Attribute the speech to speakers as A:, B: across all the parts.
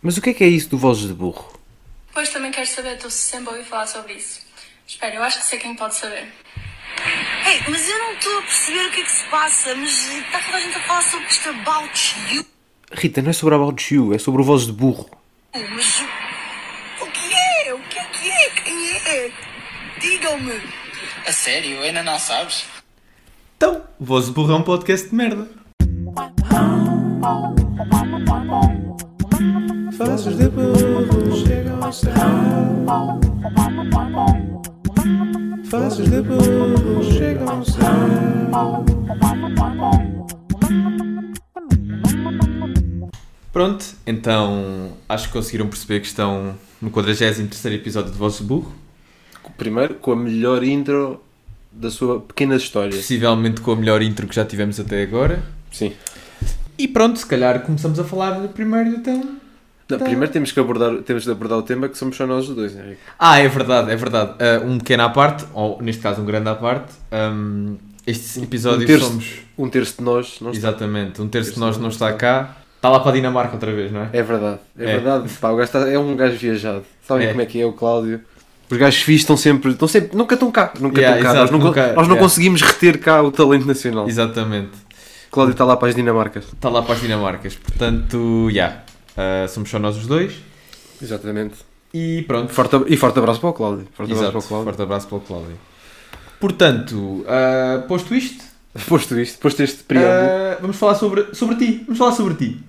A: Mas o que é que é isso do Vozes de Burro?
B: Pois também quero saber, tu sempre ouvi falar sobre isso. Espera, eu acho que sei quem pode saber.
C: Ei, mas eu não estou a perceber o que é que se passa, mas está toda a gente a falar sobre este About You.
A: Rita, não é sobre About You, é sobre o Vozes de Burro.
C: Mas o o que é? O que é que é? Quem é? Digam-me.
D: A sério? Ainda não sabes?
E: Então, Voz de Burro é um podcast de merda. Vozes de burro chegam ao céu. Vozes de burro chegam ao céu. Pronto, então acho que conseguiram perceber que estão no 43 episódio de Vozes de Burro.
F: Primeiro, com a melhor intro da sua pequena história.
E: Possivelmente com a melhor intro que já tivemos até agora.
F: Sim.
E: E pronto, se calhar começamos a falar primeiro então.
F: Não, primeiro temos que abordar, temos de abordar o tema que somos só nós os dois, Henrique.
E: Ah, é verdade, é verdade. Ah, um pequeno à parte, ou neste caso um grande à parte. ahm, este episódio
F: Um terço.
E: somos.
F: Um terço de nós, não está.
E: Exatamente, um terço de nós não está cá. Está lá para a Dinamarca outra vez, não é?
F: É verdade, é,
E: É.
F: verdade. Pá, o gajo está- é um gajo viajado. Sabem
E: É.
F: como é que é o Cláudio? Os gajos fixos estão sempre, estão sempre, nunca estão cá, nunca
E: Yeah,
F: estão cá.
E: exato,
F: nós nunca-
E: nunca-
F: nós não
E: yeah.
F: conseguimos reter cá o talento nacional.
E: Exatamente.
F: Cláudio está lá para as Dinamarcas.
E: Está lá para as Dinamarcas. Portanto, já. Ah, somos só nós os dois.
F: Exatamente.
E: E pronto.
F: Forte, ab- e forte abraço para o Cláudio. Forte abraço
E: Exato.
F: para o Cláudio.
E: Forte abraço para o Cláudio. Portanto, ah, posto isto,
F: Posto isto, posto este preâmbulo,
E: ah, vamos falar sobre, sobre ti. Vamos falar sobre ti.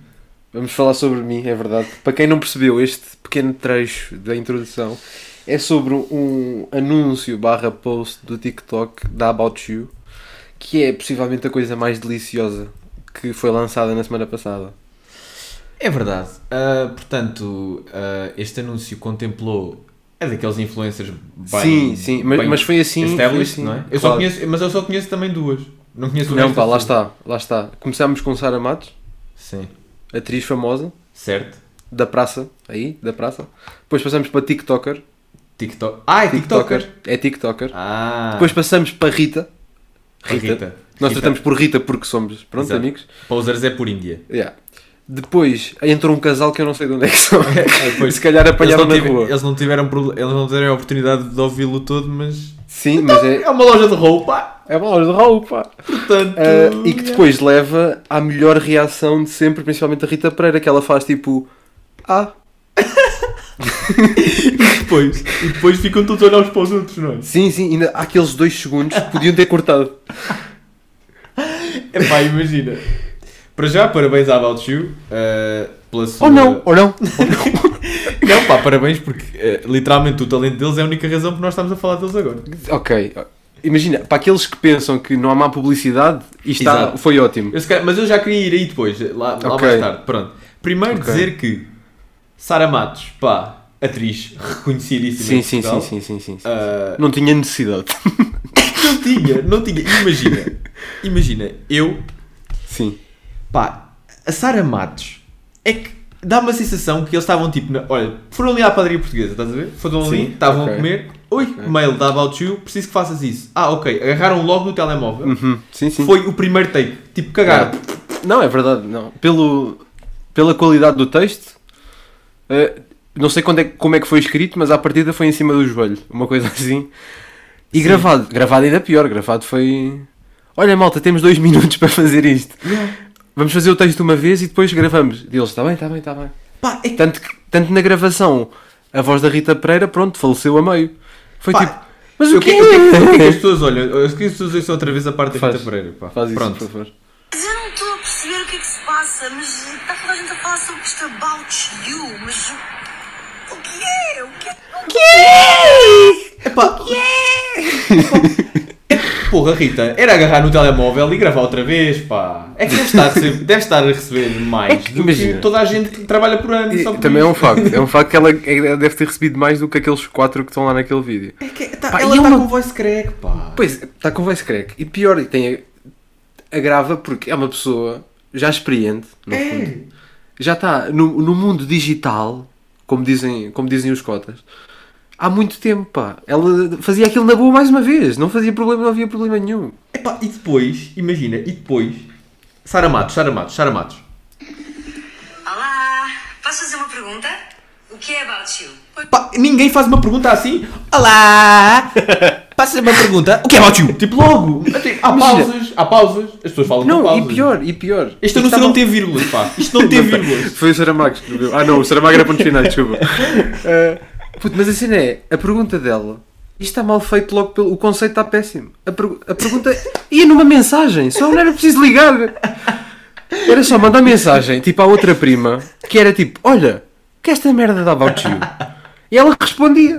F: vamos falar sobre mim, é verdade. Para quem não percebeu, este pequeno trecho da introdução é sobre um anúncio barra post do TikTok da About You, que é possivelmente a coisa mais deliciosa que foi lançada na semana passada.
E: É verdade. Ah, portanto, ah, este anúncio contemplou. É daqueles influencers bem,
F: Sim, sim, mas-
E: bem
F: mas foi assim,
E: established,
F: foi assim,
E: não é? Eu só
F: claro.
E: conheço, mas eu só conheço também duas. Não conheço o
F: Não,
E: resto
F: pá,
E: da
F: lá
E: pessoa.
F: está, lá está. Começámos com Sara Matos,
E: Sim,
F: atriz famosa,
E: certo.
F: da praça, aí, da praça. Depois passamos para TikToker.
E: TikTok. Ah, é TikToker.
F: É TikToker.
E: Ah,
F: Depois passamos para Rita.
E: para Rita.
F: Nós
E: Rita.
F: tratamos por Rita porque somos, pronto,
E: Exato.
F: amigos.
E: Posers é por Índia.
F: Yeah. Depois entrou um casal que eu não sei de onde é que são.
E: Pois,
F: Se calhar apanharam
E: eles não
F: na
E: tive-
F: rua.
E: Eles não, tiveram, proble- eles não tiveram a oportunidade de ouvi-lo todo, mas.
F: Sim, mas é,
E: É uma loja de roupa.
F: é uma hora de roupa.
E: Portanto.
F: Ah, e que depois leva à melhor reação de sempre, principalmente da Rita Pereira, que ela faz tipo. Ah,
E: depois, e depois ficam todos a olhar uns para os outros, não é?
F: sim, sim, ainda há aqueles dois segundos que podiam ter cortado.
E: É pá, imagina. Para já, parabéns à About You eh, pela sua.
F: Ou Oh, não, ou não.
E: Não, pá, parabéns porque eh, literalmente o talento deles é a única razão por nós estamos a falar deles agora.
F: ok. Imagina, para aqueles que pensam que não há má publicidade, isto está-
E: Exato.
F: foi ótimo.
E: Eu se calhar- mas eu já queria ir aí depois, lá, lá
F: Ok.
E: mais tarde. Pronto. Primeiro
F: Ok.
E: dizer que Sara Matos, pá, atriz reconhecidíssima.
F: Sim,
E: em
F: sim, sim,
E: Portugal,
F: sim, sim, sim. sim.
E: eh,
F: Não tinha necessidade.
E: não tinha, não tinha. Imagina, imagina, eu,
F: Sim.
E: pá, a Sara Matos é que dá uma sensação que eles estavam tipo, na- olha, foram ali à padaria portuguesa, estás a ver? Foram ali,
F: Sim,
E: estavam
F: ok.
E: a comer, oi, mail da About You, preciso que faças isso. Ah, ok, agarraram logo no telemóvel.
F: Uhum. Sim, sim.
E: Foi o primeiro take, tipo, cagaram.
F: Não, é verdade, não. Pelo, pela qualidade do texto, eh, não sei quando é, que- como é que foi escrito, mas à partida foi em cima do joelho, uma coisa assim. E gravado, gravado ainda pior, gravado foi... Olha malta, temos dois minutos para fazer isto. Vamos fazer o texto uma vez e depois gravamos. E eles, está bem, está bem, está bem.
E: Pá, é que
F: Tanto, que- tanto na gravação, a voz da Rita Pereira, pronto, faleceu a meio. Foi
E: Pá,
F: tipo, mas
E: Eu
F: o que
E: que- eu que- eu que- eu que as
F: é?
E: pessoas olham? Eu que as pessoas ouçam outra vez a parte da
F: Faz-
E: Rita Pereira, pá.
F: Faz isso,
E: Pronto.
F: por favor.
C: Mas eu não estou a perceber o que é que se passa, mas está toda a gente a falar sobre este About You, mas o- o que é? O que é?
E: Epá. É- Porra, Rita, era agarrar no telemóvel e gravar outra vez, pá. É que deve estar a, receber, deve estar a receber mais do
F: É imagina.
E: que toda a gente que trabalha por ano.
F: E
E: só por
F: também é
E: isso.
F: um facto. É um facto que ela é- deve ter recebido mais do que aqueles quatro que estão lá naquele vídeo.
E: É que tá-
F: Pá,
E: ela
F: e é
E: está
F: uma-
E: com voice crack, pá.
F: Pois, está com voice crack. E pior, tem a, agrava porque é uma pessoa já experiente, no fundo.
E: É.
F: Já está no, no mundo digital, como dizem, como dizem os cotas. Há muito tempo, pá. Ela fazia aquilo na boa mais uma vez. Não fazia problema, não havia problema nenhum.
E: Epá, É e depois, imagina, e depois. Sara Matos, Sara Matos, Sara Matos.
C: Olá, posso fazer uma pergunta? pergunta: o que é about you?
E: Pá, ninguém faz uma pergunta assim. Olá! Passa uma pergunta. O que é about you? Tipo logo. Tipo, há
F: Imagina.
E: pausas, há pausas. As pessoas falam com
F: Não,
E: pausas.
F: e pior, e pior.
E: Isto eu não sei não tem vírgulas, pá. Isto não tem vírgulas.
F: Foi o Saramago que escreveu. Ah não, o Saramago era pontos finais, desculpa. Uh, puto, mas a cena é, a pergunta dela, isto está mal feito logo pelo... O conceito está péssimo. A, pergu- a pergunta ia numa mensagem, só não era preciso ligar. Era só mandar mensagem, tipo, à outra prima, que era tipo, olha, que esta merda dá about you. E ela respondia.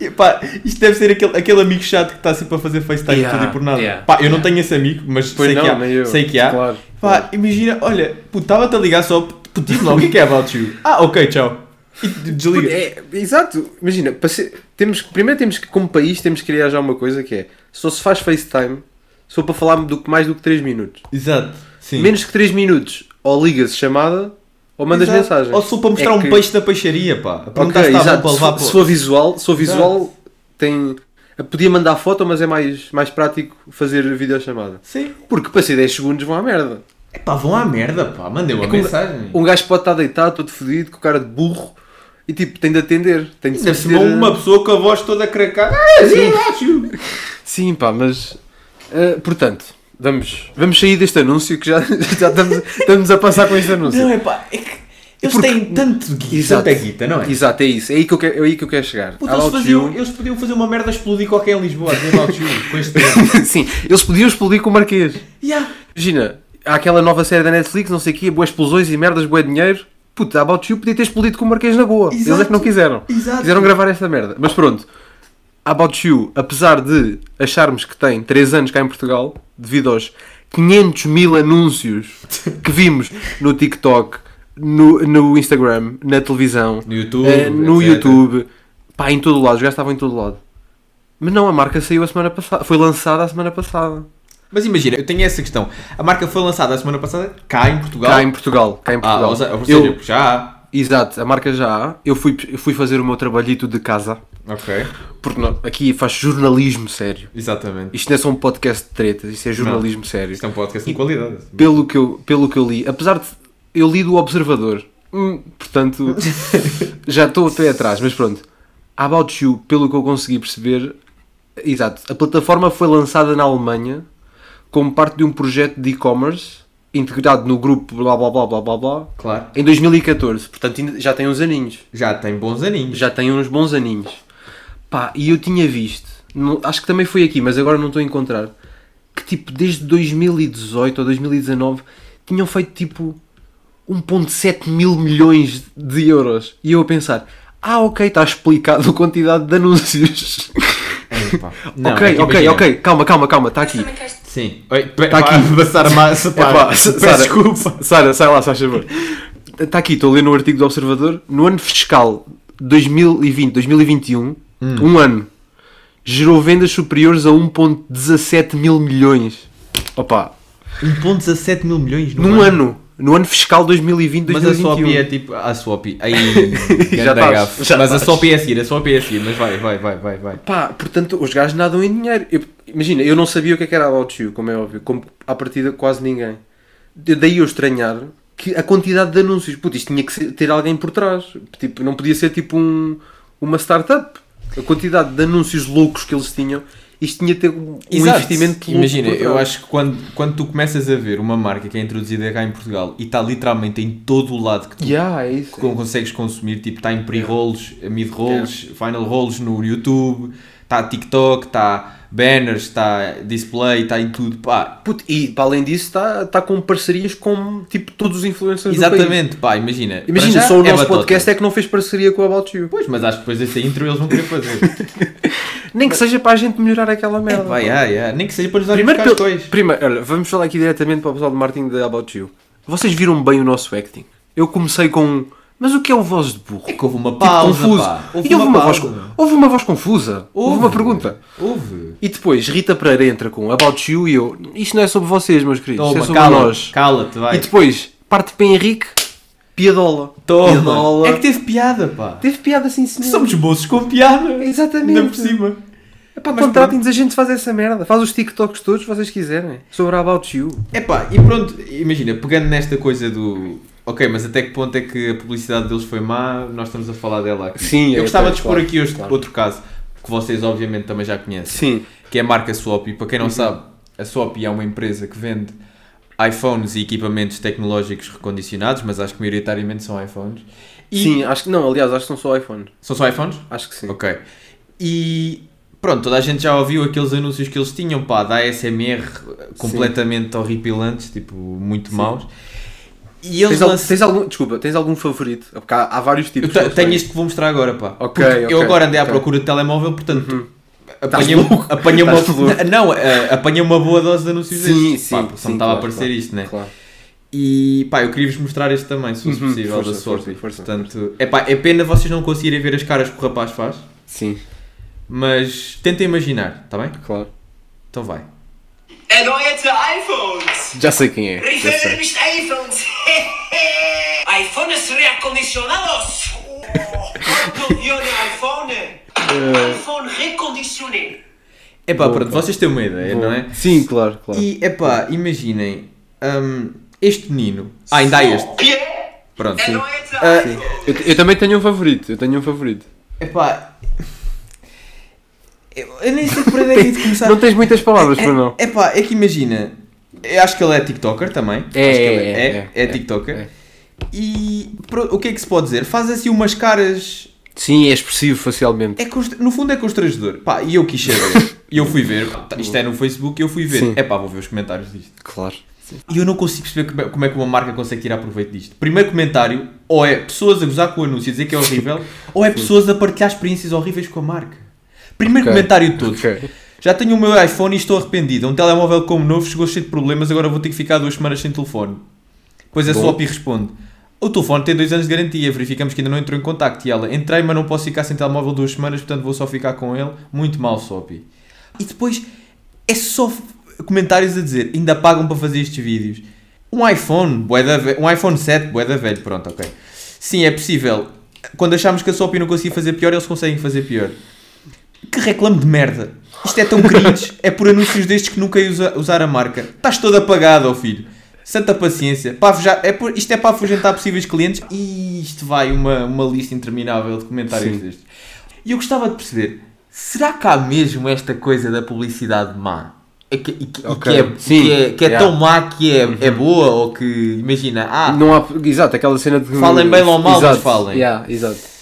E: E, pá, isto deve ser aquele, aquele amigo chato que está sempre a fazer FaceTime
F: Yeah,
E: tudo e por nada.
F: yeah.
E: Pá, eu não tenho esse amigo, mas
F: Pois
E: sei,
F: não,
E: que há,
F: nem eu.
E: sei que há.
F: Claro,
E: Pá, imagina, olha, puto, estava-te a ligar só, puto, diz-me lá, o que é que é about you? Ah, ok, tchau. E desliga.
F: É, exato, imagina, para ser- temos, que- primeiro temos que, como país, temos que criar já uma coisa que é, só se faz FaceTime, só para falar do que- mais do que 3 minutos.
E: Exato, sim.
F: é Menos que 3 minutos, ou liga-se chamada, ou mandas
E: Exato.
F: mensagem.
E: Ou se for para mostrar
F: É
E: um
F: que-
E: peixe da peixaria, pá. A
F: Ok,
E: perguntar se está bom
F: exato.
E: para
F: Se
E: levar
F: for-
E: para...
F: Se for visual, se for visual tem... Podia mandar foto, mas é mais, mais prático fazer videochamada.
E: Sim.
F: Porque passei 10 segundos vão à merda.
E: É pá, vão à merda, pá. Mandei uma
F: como-
E: mensagem.
F: Um gajo pode estar deitado, todo fodido, com cara de burro, e tipo, tem de atender. Tem de
E: Ainda por
F: se
E: cima,
F: meter-
E: uma pessoa com a voz toda cracada. Ah,
F: é
E: sim,
F: um
E: acho.
F: Sim, pá, mas. eh, portanto, vamos, vamos sair deste anúncio que já, já estamos, estamos a passar com este anúncio.
E: Não, é pá, é que eles
F: Porque-
E: têm tanto guita, tanta guita, não é?
F: Exato, é isso. É aí que eu quero, é aí que eu quero chegar.
E: Puta, eles,
F: About
E: faziam,
F: you.
E: eles podiam fazer uma merda explodir qualquer em Lisboa, assim, about you, com este tema.
F: Sim, eles podiam explodir com o Marquês.
E: yeah.
F: Imagina, há aquela nova série da Netflix, não sei o quê, boas explosões e merdas, boa dinheiro. Puta, a About You podia ter explodido com o Marquês na boa. Eles é que
E: Exato.
F: não quiseram.
E: Exato.
F: Quiseram gravar esta merda. Mas pronto, a About You, apesar de acharmos que tem 3 anos cá em Portugal, devido aos 500 mil anúncios que vimos no TikTok, no, no Instagram, na televisão,
E: No YouTube,
F: eh, no
E: etc.
F: YouTube, pá, em todo lado, os gajos estavam em todo lado. Mas não, a marca saiu a semana passada, foi lançada a semana passada.
E: Mas imagina, eu tenho essa questão. A marca foi lançada a semana passada cá em Portugal.
F: Cá em Portugal, cá em Portugal.
E: Ah, ou seja, ou
F: Eu-
E: seja, já.
F: Exato, a marca já há. Eu fui, eu fui fazer o meu trabalhito de casa.
E: Ok,
F: Porque não- aqui faz jornalismo sério.
E: exatamente.
F: Isto não é só um podcast de tretas, isto é jornalismo sério.
E: Isto é um podcast de qualidade.
F: Pelo, que eu, pelo que eu li, apesar de eu li do Observador, hum, portanto já estou até atrás, mas pronto. A About You, pelo que eu consegui perceber, exato, a plataforma foi lançada na Alemanha como parte de um projeto de e-commerce integrado no grupo blá blá blá blá blá blá
E: Claro.
F: em 2014, portanto ainda- já tem uns aninhos
E: Já tem bons aninhos.
F: já tem uns bons aninhos. Pá, e eu tinha visto, não- acho que também foi aqui, mas agora não estou a encontrar, que tipo, desde 2018 ou 2019 tinham feito tipo 1.7 mil milhões de euros. E eu a pensar, ah ok, está explicado a quantidade de anúncios.
E: Epá. Não, é
F: ok,
E: que
F: ok,
E: imagina.
F: ok, calma, calma, calma, está aqui.
B: Também queres
E: Sim. Está
F: Tá aqui.
E: Passar a massa.
F: É pá, Sara,
E: Peço desculpa.
F: Sara, sai lá, sai favor. Está Tá aqui, estou a ler no artigo do Observador. No ano fiscal 2020-2021,
E: Hum.
F: um ano, gerou vendas superiores a 1,17 mil milhões. Opa,
E: 1.17 mil milhões no
F: num ano. No ano fiscal 2020-2021.
E: Mas a Swap é tipo. A Swap. Aí.
F: Já
E: ganda
F: estás,
E: gafe.
F: já
E: Mas a
F: estás.
E: Swap é a seguir, a Swap é a seguir. Mas vai, vai, vai, vai. vai.
F: Pá, portanto, os gajos nadam em dinheiro. Eu- imagina, eu não sabia o que, é que era About You, como é óbvio, como à partida quase ninguém. De- Daí eu estranhar que a quantidade de anúncios, puto, isto tinha que ser- ter alguém por trás. Tipo, não podia ser tipo um, uma startup. A quantidade de anúncios loucos que eles tinham, isto tinha que ter um, um investimento louco.
E: Imagina,
F: por
E: eu
F: trás.
E: acho que quando, quando tu começas a ver uma marca que é introduzida cá em Portugal e está literalmente em todo o lado que tu
F: Yeah, é isso.
E: con- consegues consumir, tipo, está em pre-rolls, mid-rolls, final rolls no YouTube, está TikTok, está banners, está display, está em tudo, pá.
F: Puto, e para além disso, está tá com parcerias com tipo todos os influencers do país.
E: Exatamente, pá, imagina.
F: Imagina,
E: Para já
F: só o nosso
E: batota.
F: podcast é que não fez parceria com a About You.
E: Pois, mas acho que depois dessa intro eles vão querer fazer.
F: Nem que seja para a gente melhorar aquela merda.
E: É, Vai, yeah, yeah. Nem que seja para nos dar
F: Primeiro,
E: uns
F: pelo-
E: cascóis.
F: primeiro, olha, vamos falar aqui diretamente para o pessoal do marketing da About You. Vocês viram bem o nosso acting? Eu comecei com um, mas o que é o voz de burro? Tipo,
E: É que houve uma pausa,
F: confuso.
E: pá.
F: E houve uma, voz,
E: pausa.
F: houve uma voz confusa. Houve, uma
E: Houve.
F: pergunta.
E: Houve.
F: E depois Rita Pereira entra com About You e eu, isto não é sobre vocês, meus queridos, isto é
E: Toma,
F: sobre
E: cala,
F: nós.
E: cala-te, vai.
F: E depois parte para Henrique, piadola. Piadola.
E: É que teve piada, pá.
F: Teve piada sim, senhor.
E: Somos moços com piada.
F: Exatamente.
E: é? Ainda por cima.
F: Epá,
E: Mas
F: contratem-nos, a gente faz essa merda. Faz os TikToks todos, se vocês quiserem, sobre a About You.
E: É pá, e pronto, imagina, pegando nesta coisa do. Ok, mas até que ponto é que a publicidade deles foi má? Nós estamos a falar dela aqui.
F: Sim,
E: Eu
F: é,
E: gostava de
F: pois,
E: expor
F: claro,
E: aqui este
F: claro.
E: outro caso, que vocês obviamente também já conhecem.
F: Sim. Uhum.
E: que é a marca Swap. E para quem não sabe, a Swap é uma empresa que vende iPhones e equipamentos tecnológicos recondicionados, mas acho que maioritariamente são iPhones. E
F: Sim, acho que não, aliás, acho que são só iPhone.
E: são só iPhones?
F: Acho que sim.
E: Ok. E pronto, toda a gente já ouviu aqueles anúncios que eles tinham, pá, da ASMR eh, completamente horripilantes, tipo, muito maus. E eles
F: Tens, al-
E: lançaram.
F: tens algum, desculpa, tens algum favorito? Porque há, há vários
E: Eu
F: tipos.
E: te-
F: não sei.
E: tenho este que vou mostrar agora, pá.
F: Ok,
E: Porque Eu
F: ok,
E: agora andei à
F: ok. Uhum.
E: procura de telemóvel, portanto.
F: Estás
E: Apanhei,
F: louco?
E: apanhei uma,
F: Estás louco.
E: não, eh, apanhei uma boa dose de anúncios
F: Sim,
E: destes.
F: sim.
E: Pá, só me
F: sim,
E: estava
F: claro,
E: a aparecer
F: claro,
E: isto, né?
F: Claro.
E: E pá, eu queria-vos mostrar este também, se fosse
F: Uhum,
E: possível,
F: força,
E: da Sorby.
F: força, força,
E: Portanto, é pá, é pena vocês não conseguirem ver as caras que o rapaz faz,
F: Sim,
E: mas tentem imaginar, está bem?
F: claro.
E: Então vai.
G: Erneuerte iPhones.
F: Já sei quem é.
G: Ich
F: Já
G: werde
F: sei.
G: nicht iPhones. iPhones reacondicionados. Condizione iPhone. iPhone reconditioné.
E: É pá,
F: Boa,
E: pronto,
F: pá.
E: vocês têm uma ideia, não é?
F: Sim, claro, claro.
E: E é pá, imaginem, hum, este menino. Ah, ainda há este.
G: Pierre,
E: Pronto.
C: É,
E: sim.
G: erneuerte
E: Ah,
G: iPhones.
F: Eu, eu também tenho um favorito, eu tenho um favorito.
E: Epá. Eu, eu nem sei por onde é que ia começar.
F: Não tens muitas palavras, para não.
E: É, epá, é que imagina. Eu acho que ele é TikToker também. Acho que ele
F: é,
E: é,
F: é,
E: é
F: é,
E: TikToker.
F: é.
E: E pro- o que é que se pode dizer? Faz assim umas caras.
F: Sim, é expressivo facialmente.
E: É const- No fundo é constrangedor. Pá, e eu quis saber. E eu fui ver. Isto é no Facebook e eu fui
F: Sim.
E: ver. É pá, vou ver os comentários disto.
F: Claro.
E: E eu não consigo perceber como é- como é que uma marca consegue tirar proveito disto. Primeiro comentário, ou é pessoas a gozar com o anúncio e dizer que é horrível, ou é pessoas a partilhar experiências horríveis com a marca. Primeiro
F: Ok,
E: comentário de todos.
F: ok.
E: Já tenho o meu iPhone e estou arrependido. Um telemóvel como novo chegou cheio de problemas, agora vou ter que ficar duas semanas sem telefone. Pois a
F: Bom.
E: Swap responde. O telefone tem dois anos de garantia, verificamos que ainda não entrou em contacto. E ela, entrei, mas não posso ficar sem telemóvel duas semanas, portanto vou só ficar com ele. Muito mal, Swap. E depois é só f- comentários a dizer, ainda pagam para fazer estes vídeos. Um iPhone, bué da ve- um iPhone 7, bué da velho, pronto, ok. Sim, é possível. Quando achámos que a Swap não conseguia fazer pior, eles conseguem fazer pior. Que reclame de merda. Isto é tão cringe. é por anúncios destes que nunca ia usa- usar a marca. Estás todo apagado, ó filho. Santa paciência. Para afujar- é por- isto é para afugentar possíveis clientes. E isto vai uma, uma lista interminável de comentários
F: Sim.
E: destes. E eu gostava de perceber. Será que há mesmo esta coisa da publicidade má? É que, e que- e
F: Ok.
E: que é,
F: Sim,
E: que é, que é
F: yeah. Uhum.
E: tão má que é, é boa? Ou que, imagina, ah,
F: Não há, exato, aquela cena de.
E: Falem bem ou mal, mas
F: Exato,
E: falem.
F: yeah, exato.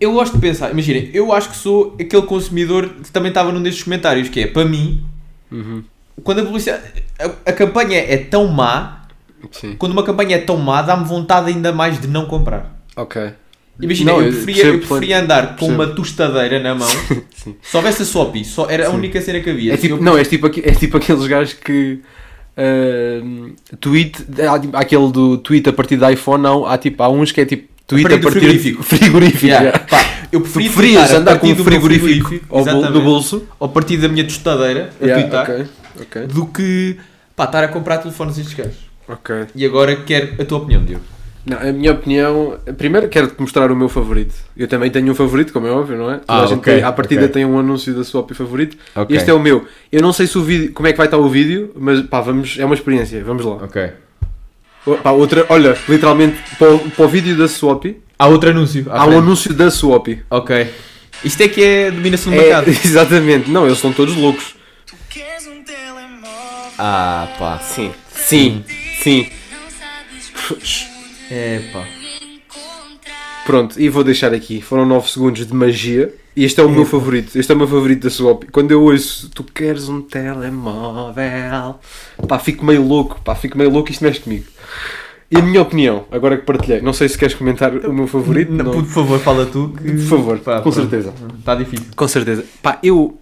E: Eu gosto de pensar, imaginem, eu acho que sou aquele consumidor que também estava num destes comentários, que é, para mim,
F: Uhum.
E: quando a publicidade, a, a campanha é tão má,
F: Sim.
E: quando uma campanha é tão má, dá-me vontade ainda mais de não comprar.
F: Ok.
E: Imagina,
F: Não,
E: eu
F: eu
E: preferia,
F: percebo
E: eu preferia
F: quando-
E: andar com
F: percebo.
E: uma tostadeira na mão, se houvesse a Sopi, só era a única cena que havia.
F: É
E: Se
F: tipo,
E: eu-
F: não, és tipo, aqu- és tipo aqueles gajos que. ahm, tweet, há, há aquele do tweet a partir do iPhone, não, há, tipo, há uns que é tipo tweet
E: partir
F: a
E: do
F: partir
E: frigorífico.
F: frigorífico,
E: Yeah,
F: yeah.
E: pá, eu
F: Tu
E: preferia
F: preferias
E: twittar a
F: andar com
E: partir
F: um
E: do meu
F: frigorífico, ao bol-
E: exatamente,
F: do bolso?
E: ao partir da minha tostadeira, a
F: Yeah,
E: twittar,
F: ok, ok,
E: do que, pá, estar a comprar telefones estes gajos.
F: ok.
E: E agora quero a tua opinião, Diogo.
F: Não, a minha opinião, primeiro quero-te mostrar o meu favorito. Eu também tenho um favorito, como é óbvio, não é? Toda
E: Ah,
F: a gente
E: ok,
F: tem, à partida
E: ok.
F: tem um anúncio da Swap favorito.
E: Ok.
F: Este é o meu. Eu não sei se o vídeo, como é que vai estar o vídeo, mas pá, vamos, é uma experiência, vamos lá.
E: Ok.
F: Oh, Pá, outra, olha, literalmente, para o, para o vídeo da Swap,
E: Há outro anúncio.
F: há um anúncio da Swap.
E: Ok. Isto é que é dominação do
F: É,
E: mercado.
F: exatamente, não, eles são todos loucos.
G: Queres um telemóvel?
E: Ah, pá.
F: Sim, sim, sim.
E: É, pá.
F: Pronto, e vou deixar aqui. Foram 9 segundos de magia. E este é o meu favorito. Este é o meu favorito da Swap. Quando eu ouço tu queres um telemóvel, pá, fico meio louco, pá, fico meio louco. Isto mexe comigo. E a minha opinião, agora que partilhei, não sei se queres comentar o meu favorito.
E: Não,
F: não.
E: Por favor, fala tu. Que...
F: Por favor,
E: Pá,
F: com
E: pronto.
F: certeza.
E: Está difícil.
F: Com certeza. Pá, eu.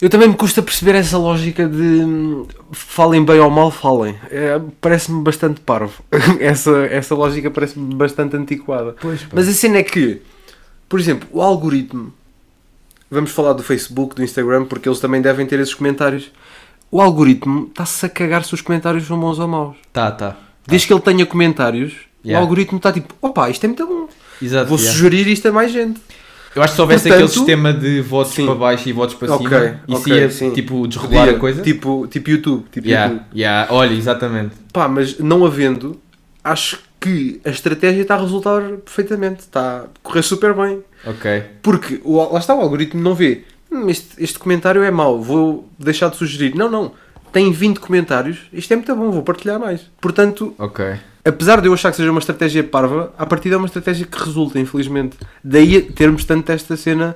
F: Eu também me custa perceber essa lógica de hum, falem bem ou mal, falem. É, parece-me bastante parvo. essa, essa lógica parece-me bastante antiquada.
E: Pois, pá.
F: Mas a cena é que, por exemplo, o algoritmo. Vamos falar do Facebook, do Instagram, porque eles também devem ter esses comentários. O algoritmo está-se a cagar se os comentários são bons ou maus.
E: Tá, tá.
F: Desde que ele tenha comentários,
E: Yeah.
F: o algoritmo está tipo: opa, isto é muito bom.
E: Exato.
F: Vou
E: yeah.
F: sugerir isto a mais gente.
E: Eu acho que se houvesse
F: Portanto-
E: aquele sistema de votos
F: Sim.
E: para baixo e votos para
F: Ok,
E: cima, isso
F: ok,
E: ia,
F: sim.
E: tipo, desregular a
F: Podia,
E: coisa.
F: Tipo, tipo YouTube. Tipo
E: Yeah,
F: YouTube.
E: yeah. Olha, exatamente.
F: Pá, mas não havendo, acho que a estratégia está a resultar perfeitamente, está a correr super bem.
E: Ok.
F: Porque o, lá está, o algoritmo não vê. "Hum, este, este comentário é mau, vou deixar de sugerir. Não, não. Tem 20 comentários, isto é muito bom, vou partilhar mais. Portanto,
E: Ok.
F: apesar de eu achar que seja uma estratégia parva, a partida é uma estratégia que resulta, infelizmente. Daí termos tanto esta cena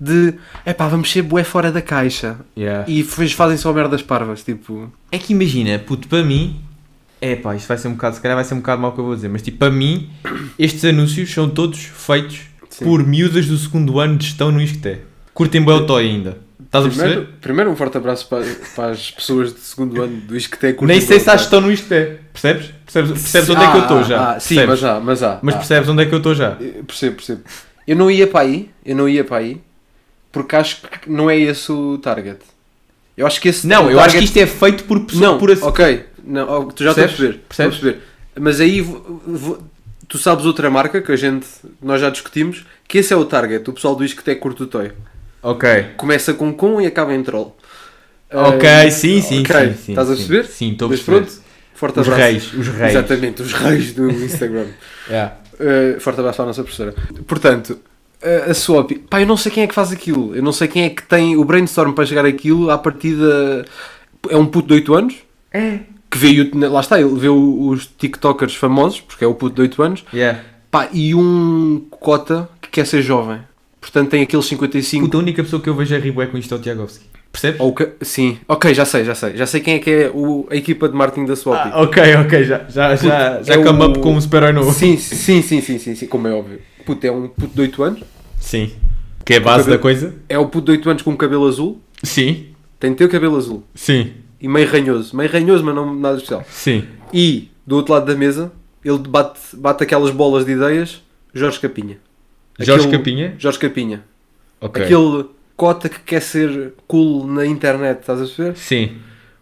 F: de epá, vamos ser bué fora da caixa.
E: Yeah.
F: E depois fazem só merdas parvas, tipo.
E: É que imagina, puto, para mim. É pá, isto vai ser um bocado, se calhar vai ser um bocado mau o que eu vou dizer, mas tipo, para mim, estes anúncios são todos feitos por miúdas do segundo ano de gestão no Isqueté. Curtem bem o toy ainda. Estás a perceber?
F: Primeiro, primeiro um forte abraço para, para as pessoas do segundo ano do Isqueté Curto
E: Nem sei se há
F: Bem, tá?
E: gestão no Isqueté. Percebes? Percebes, percebes onde é que eu estou
F: Ah,
E: já?
F: ah, sim,
E: Percebes?
F: mas há, mas há.
E: Mas
F: há.
E: percebes onde é que eu estou já?
F: Eu Percebo, percebo. Eu não ia para aí, eu não ia para aí, porque acho que não é esse o target. Eu acho que esse
E: Não,
F: o
E: eu acho que
F: target-
E: isto é feito por pessoas.
F: Não,
E: por assim-
F: ok, não, oh, tu
E: Percebes?
F: já estás a perceber,
E: Percebes?
F: estou a perceber. Mas aí vo- vo- tu sabes outra marca que a gente nós já discutimos, que esse é o target, o pessoal do Isqueté curto o toy.
E: Ok.
F: Começa com com e acaba em troll. Ah,
E: Ok, sim, sim,
F: ok,
E: sim, sim,
F: Estás a
E: sim.
F: perceber?
E: Sim, estou a
F: Mas
E: perceber.
F: pronto, forte
E: Os
F: abraço.
E: reis, os reis.
F: Exatamente, os reis do Instagram.
E: Yeah.
F: Uh, forte abraço para a nossa professora. Portanto, ah, a- a Swap, pá, eu não sei quem é que faz aquilo, eu não sei quem é que tem o brainstorm para chegar aquilo à partida. É um puto de 8 anos
E: É.
F: que vê, o- lá está, ele vê o- os TikTokers famosos, porque é o puto de 8 anos,
E: Yeah.
F: pá, e um cota que quer ser jovem, portanto tem aqueles 55.
E: Puta, a única pessoa que eu vejo a Ribué com isto é o Tiagovski. Percebes?
F: Ou que- sim, ok, já sei, já sei, já sei quem é que é o- a equipa de marketing da Swap.
E: Ah, ok, ok, já, já, já, já
F: é
E: come
F: o-
E: up com um super-herói novo.
F: Sim, sim, sim, sim, sim, sim, como é óbvio. Puto, é um puto de 8 anos,
E: Sim. Que é a base
F: Cabelo-
E: da coisa?
F: é o puto de 8 anos com cabelo azul,
E: Sim.
F: Tem teu cabelo azul
E: Sim.
F: e meio ranhoso, meio ranhoso, mas não nada especial.
E: Sim.
F: E do outro lado da mesa, ele bate, bate aquelas bolas de ideias, Jorge Capinha.
E: Jorge
F: Aquele-
E: Capinha?
F: Jorge Capinha.
E: Ok.
F: Aquele cota que quer ser cool na internet, estás a perceber?
E: Sim.